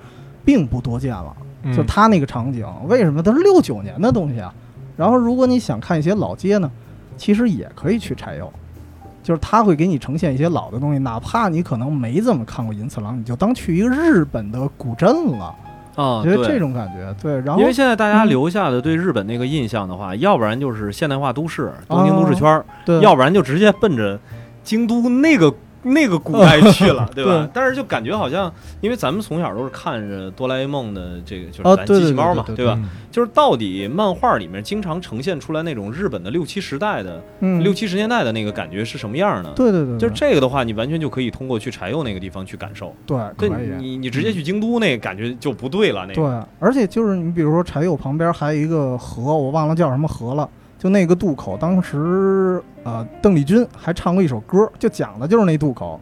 并不多见了。嗯就他那个场景，为什么它是六九年的东西啊？然后如果你想看一些老街呢，啊其实也可以去柴油，就是他会给你呈现一些老的东西，哪怕你可能没怎么看过银次郎，你就当去一个日本的古镇了，啊，我觉得对这种感觉对。然后因为现在大家嗯留下的对日本那个印象的话，要不然就是现代化都市，东京都市圈儿，哦对要不然就直接奔着京都那个那个古嗯代去 <laughs> 了，对吧？但是就感觉好像，因为咱们从小都是看着哆啦 A 梦的这个，就是啊咱对机器对猫对嘛，对对吧？就是到底漫画里面经常呈现出来那种日本的六七十代的、嗯，六七十年代的那个感觉是什么样呢？对对对，就是对这个的话，你完全就可以通过去柴又那个地方去感受。对对可以。啊你，你直接去京都那个感觉就不对了。那个对，而且就是你比如说柴油旁边还有一个河，我忘了叫什么河了，就那个渡口，当时呃邓丽君还唱过一首歌，就讲的就是那渡口。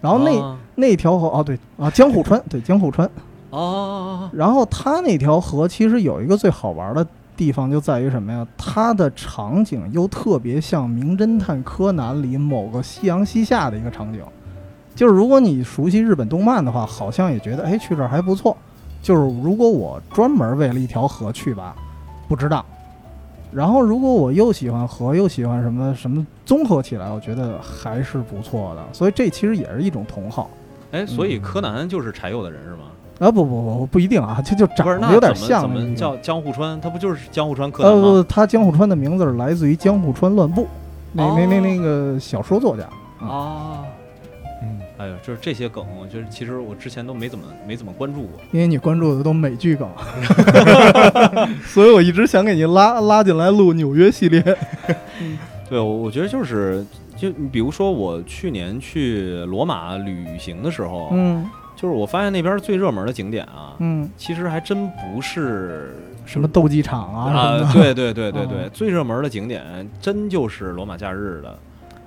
然后那、啊那条河哦，对啊，江户川，对江户川。哦哦哦然后它那条河其实有一个最好玩的地方，就在于什么呀？它的场景又特别像《名侦探柯南》里某个夕阳西下的一个场景。就是如果你熟悉日本动漫的话，好像也觉得哎去这儿还不错。就是如果我专门为了一条河去吧，不值当。然后如果我又喜欢河，又喜欢什么什么，综合起来，我觉得还是不错的。所以这其实也是一种同好。哎，所嗯以柯南就是柴又的人是吗？啊不不不不一定啊，这就长不是，得那有点怎么像怎那么个叫江户川？他不就是江户川柯南呃，吗？不他江户川的名字是来哦自呃于江户川乱步，那那那那个小说作家。啊，嗯哎呀，就是这些梗，我觉得其实我之前都没怎么没怎么关注过。因为你关注的都美剧梗， <laughs> 所以我一直想给你拉拉进来录纽约系列。对，我我觉得就是，就你比如说我去年去罗马旅行的时候，嗯就是我发现那边最热门的景点啊，嗯，其实还真不是什么斗鸡场啊什么啊的，，对对对对对，哦最热门的景点真就是罗马假日的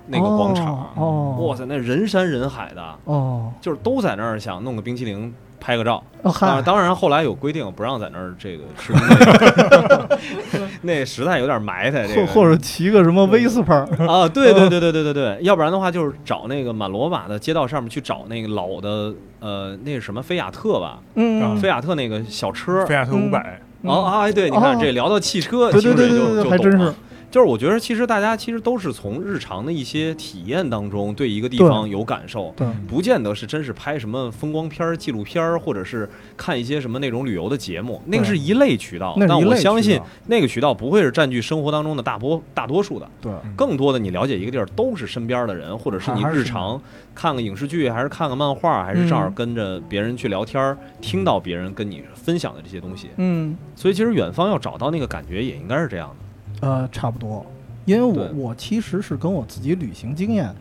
那个广场，哦哇塞，那人山人海的，哦，就是都在那儿想弄个冰淇淋拍个照。哦啊当然，嗨，当然后来有规定不让在那儿这个吃冰淇淋，那实在有点埋汰。这个或嗯或者嗯骑个什么 Vespa，啊，对对对对对对对，要不然的话就是找那个满罗马的街道上面去找那个老的呃，那是什么菲亚特吧？嗯，菲亚特那个小车菲。亚特嗯五百，嗯哦，哎，对，你看这聊到汽车，对对对其实对就对就对，还懂真了是，就是我觉得其实大家其实都是从日常的一些体验当中对一个地方有感受，对，不见得是真是拍什么风光片儿、纪录片儿，或者是看一些什么那种旅游的节目，那个是一类渠道。那是但一我类相渠信道那个渠道不会是占据生活当中的大多大多数的，对，更多的你了解一个地儿都是身边的人，或者是你啊还是日常看个影视剧，还是看个漫画，还是正嗯好跟着别人去聊天儿，听到别人跟你分享的这些东西。嗯。所以其实远方要找到那个感觉，也应该是这样的。呃，差不多，因为我对我其实是跟我自己旅行经验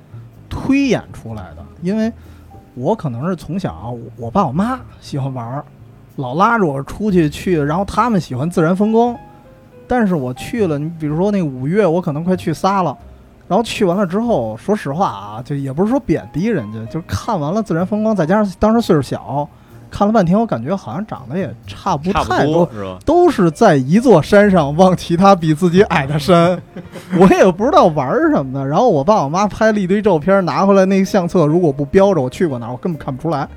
推演出来的，因为我可能是从小我我爸我妈喜欢玩儿，老拉着我出去去，然后他们喜欢自然风光，但是我去了，你比如说那五月，我可能快去仨了。然后去完了之后，说实话啊，就也不是说贬低人家，就是看完了自然风光，再加上当时岁数小，看了半天，我感觉好像长得也差不差不太多是吧？都是在一座山上望其他比自己矮的 <laughs> 山，我也不知道玩儿什么的。然后我爸我妈拍了一堆照片，拿回来那个相册，如果不标着我去过哪儿，我根本看不出来。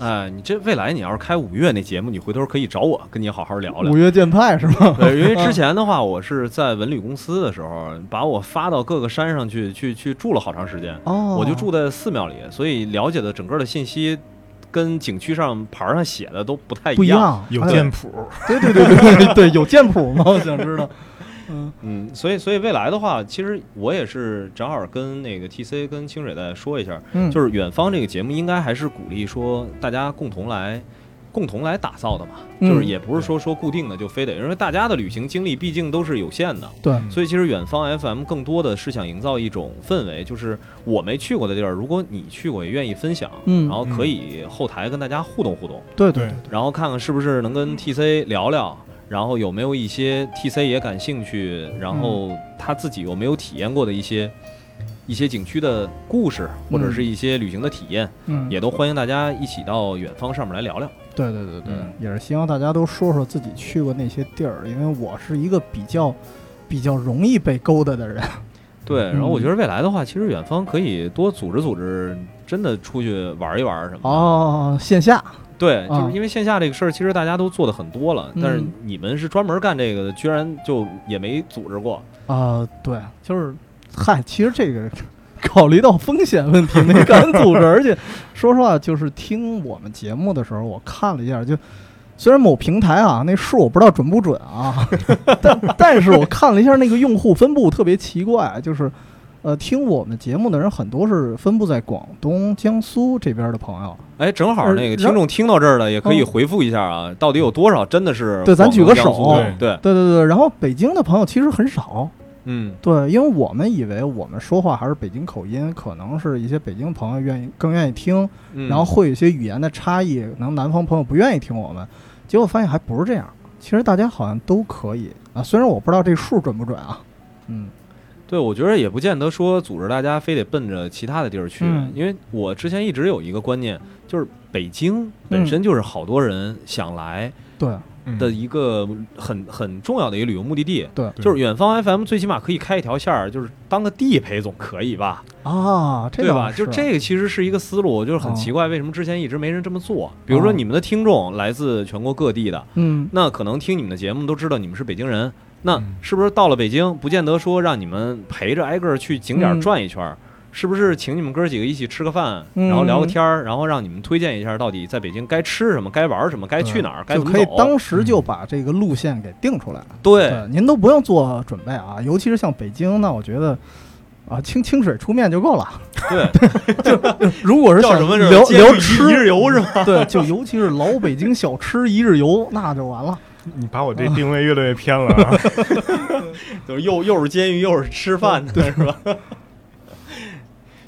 哎，你这未来你要是开五月那节目，你回头可以找我，跟你好好聊聊五。月剑派是吗？对，因为之前的话，我是在文旅公司的时候，把我发到各个山上去，去去住了好长时间。哦，我就住在寺庙里，所以了解的整个的信息，跟景区上牌上写的都不太不一一样。样，有哎剑谱，对对对对对对，有剑谱吗？我想知道。嗯嗯，所以所以未来的话，其实我也是正好跟那个 TC 跟清水再说一下， <laughs> 嗯，就是远方这个节目应该还是鼓励说大家共同来。共同来打造的嘛，嗯就是也不是说说固定的就非得，因为大家的旅行经历毕竟都是有限的，对，嗯所以其实远方 FM 更多的是想营造一种氛围，就是我没去过的地儿，如果你去过也愿意分享，嗯然后可以后台跟大家互动互动，对对对，然后看看是不是能跟 TC 聊聊，然后有没有一些 TC 也感兴趣，然后他自己有没有体验过的一些一些景区的故事，或者是一些旅行的体验，嗯，也都欢迎大家一起到远方上面来聊聊。对对对对嗯，也是希望大家都说说自己去过那些地儿，因为我是一个比较比较容易被勾搭的人。对，然后嗯我觉得未来的话，其实远方可以多组织组织，真的出去玩一玩什么的。哦，线下对，就啊是因为线下这个事儿，其实大家都做的很多了，但是嗯你们是专门干这个的，居然就也没组织过。啊、对，就是，嗨，其实这个考虑到风险问题，没敢组织。而且说实话，就是听我们节目的时候，我看了一下，就虽然某平台啊那数我不知道准不准啊，但但是我看了一下那个用户分布特别奇怪，就是呃，听我们节目的人很多是分布在广东、江苏这边的朋友。哎，正好呃那个然听众听到这儿了，也可以嗯回复一下啊，到底有多少真的是对咱广东举个江苏手对对，对对对，然后北京的朋友其实很少，嗯，对，因为我们以为我们说话还是北京口音，可能是一些北京朋友愿意更愿意听，嗯然后会有一些语言的差异，可能南方朋友不愿意听我们。结果发现还不是这样，其实大家好像都可以啊，虽然我不知道这数准不准啊。嗯对，我觉得也不见得说组织大家非得奔着其他的地儿去，嗯因为我之前一直有一个观念，就是北嗯京本身就是好多人想来对，嗯的一个很很重要的一个旅游目的地。对就是远方 FM 最起码可以开一条线儿，就是当个地陪总可以吧？啊，这对吧？倒就是这个其实是一个思路，我就是很哦奇怪，为什么之前一直没人这么做？比如说哦你们的听众来自全国各地的，嗯那可能听你们的节目都知道你们是北京人，那嗯是不是到了北京，不见得说让你们陪着挨个儿去景点儿嗯转一圈儿？是不是请你们哥儿几个一起吃个饭，嗯然后聊个天儿，然后让你们推荐一下到底在北京该吃什么、该玩什么、哎该哎去哪儿、该就怎么可以走？当时就把这个路线给定出来了。对对，您都不用做准备啊，尤其是像北京，那我觉得啊，清清水出面就够了。对，如果是叫想什么是聊煎聊饼吃一日游是 <laughs> 吧？对，就尤其是老北京小吃一日游，那就完了。你把我这嗯定位越来越偏了、啊。就是又又是监狱又是吃饭的是吧？ <laughs>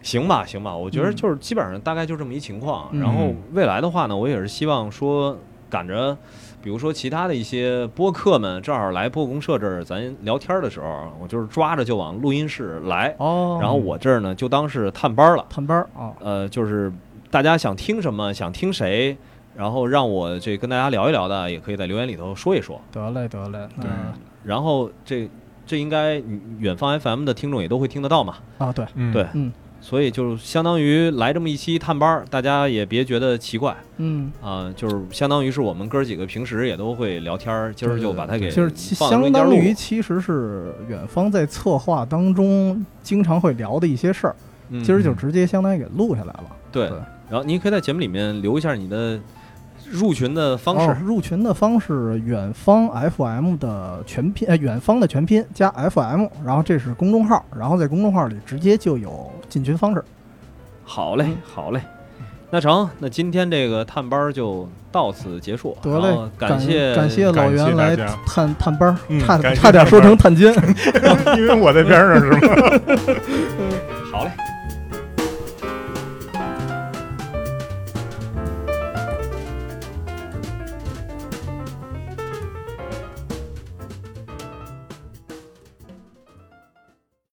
行吧，行吧，我觉得就是基本上大概就这么一情况。嗯然后未来的话呢，我也是希望说赶着，比如说其他的一些播客们，正好来播公社这儿咱聊天的时候，啊我就是抓着就往录音室来。哦然后我这儿呢就当是探班了，探班儿啊，呃，就是大家想听什么，想听谁，然后让我这跟大家聊一聊的，也可以在留言里头说一说。得嘞得嘞，嗯那对然后这这应该远方 FM 的听众也都会听得到嘛，啊对，嗯 <laughs> 对嗯所以就相当于来这么一期探班儿，大家也别觉得奇怪嗯，啊、就是相当于是我们哥儿几个平时也都会聊天儿，今儿就把它给就是其放到录相音间当录于其实是远方在策划当中经常会聊的一些事儿，嗯今儿就直接相当于给录下来了。对对。然后您可以在节目里面留一下你的入群的方式，哦入群的方式，远方 FM 的全拼，呃，远方的全拼加 FM，然后这是公众号，然后在公众号里直接就有进群方式。好嗯嘞，好嘞。那成，那今天这个探班儿就到此结束。得嘞然后感谢感谢老袁来感谢大家探探班儿，嗯差感谢差点说成探监。因为我在边上是吗？好嘞。